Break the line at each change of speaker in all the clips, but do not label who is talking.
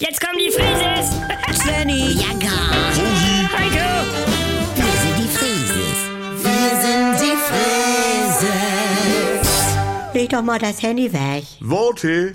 Jetzt kommen die Frises!
Svenny,
Ja, gar.
Heiko!
Wir sind die Frieses. Wir sind die Frieses.
leg doch mal das Handy weg.
Worte.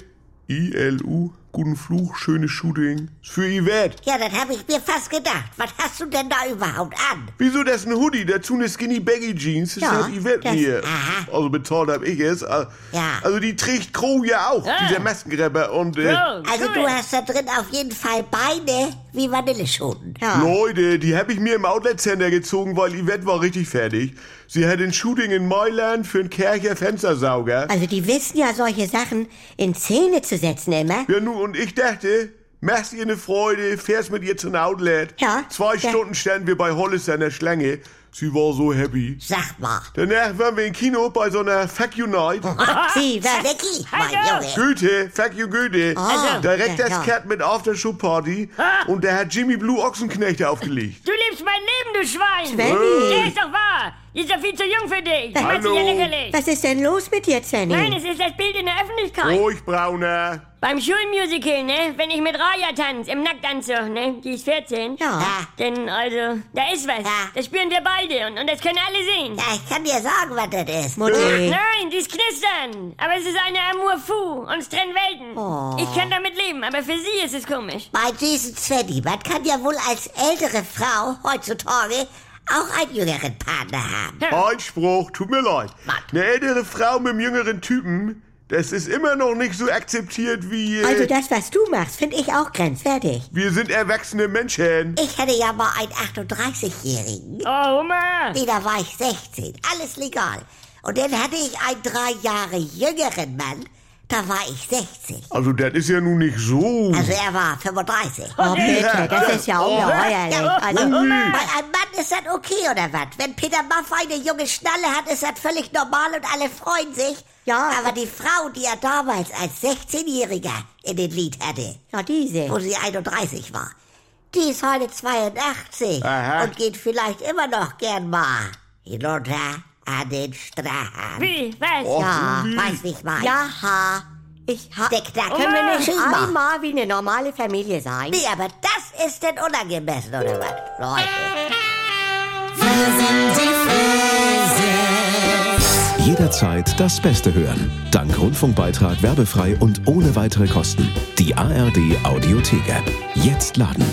ILU. Guten Fluch, schönes Shooting. Ist Für Yvette.
Ja, das habe ich mir fast gedacht. Was hast du denn da überhaupt an?
Wieso das ist ein Hoodie? Dazu eine Skinny Baggy Jeans. Das
Ja,
hat Yvette
das-
mir.
aha.
Also bezahlt hab ich es. Ja.
Ja.
Also die trägt Crow ja auch. Dieser Maskenrapper und äh,
Oh,
Also
cool.
du hast da drin auf jeden Fall Beine wie Vanilleschoten.
Ja.
Leute, die hab ich mir im Outlet Center gezogen, weil Yvette war richtig fertig. Sie hat ein Shooting in Mailand für einen Kercher Fenstersauger.
Also die wissen ja solche Sachen in Szene zu setzen immer.
Ja, nun, und ich dachte, machst ihr eine Freude, fährst mit ihr zum Outlet.
Ja.
Zwei
Ja.
Stunden standen wir bei Hollister in der Schlange. Sie war so happy.
Sag mal.
Danach waren wir im Kino bei so einer Fuck You Night.
Ah.
Sie, was?
Vicky, mein
Hallo.
Junge.
Goethe, Fuck You Goethe.
Also,
Direkt
ja,
das
ja.
Cat mit Aftershow-Party. Und da hat Jimmy Blue Ochsenknechte aufgelegt.
Du lebst mein Leben, du Schwein!
Svenny.
Der ist doch wahr! Die ist doch viel zu jung für dich! Du machst dich ja
Hallo.
lächerlich!
Was ist denn los mit dir,
Nein,
Svenny?
es ist das Bild in der Öffentlichkeit.
Ruhig, Brauner.
Beim Schulmusical, ne? Wenn ich mit Raya tanze, im Nacktanzug, ne? Die ist 14.
Ja.
Ja,
Denn, also, da ist was.
Ja.
Das spüren wir beide und, und das können alle sehen.
ja, ich kann dir sagen, was das ist.
Mutti.
Nein, die ist knistern. Aber es ist eine Amour fou. Uns trennen Welten.
Oh.
Ich kann damit leben, aber für sie ist es komisch.
Mein süßen Svenny, man kann ja wohl als ältere Frau heutzutage auch einen jüngeren Partner haben.
Einspruch, tut mir leid. Eine ältere Frau mit einem jüngeren Typen, das ist immer noch nicht so akzeptiert wie... Äh,
Also das, was du machst, finde ich auch grenzwertig.
wir sind erwachsene Menschen.
Ich hätte ja mal einen 38-Jährigen.
Oh, Oma.
Nee, da war ich 16. Alles legal. Und dann hatte ich einen drei Jahre jüngeren Mann. Da war ich 60.
Also das ist ja nun nicht so.
Also er war 35.
Oh bitte, das ist ja ungeheuerlich. Also,
hm. Bei einem Mann ist das okay, oder was? Wenn Peter Maffay eine junge Schnalle hat, ist das völlig normal und alle freuen sich.
Ja.
Aber die Frau, die er damals als 16-Jähriger in den Lied hatte,
ja, diese.
wo sie 31 war, die ist heute 82
Aha.
und geht vielleicht immer noch gern mal hinunter an den Strand.
Wie? Was?
Och,
Ja,
Uli.
weiß nicht mal.
Ja, ha. Ich ha.
Dick, da
Können wir nicht
Schiss mal.
einmal wie eine normale Familie sein?
Nee, aber das ist denn unangemessen, oder was? Leute.
Jederzeit das Beste hören. Dank Rundfunkbeitrag werbefrei und ohne weitere Kosten. Die ARD Audiothek App. Jetzt laden.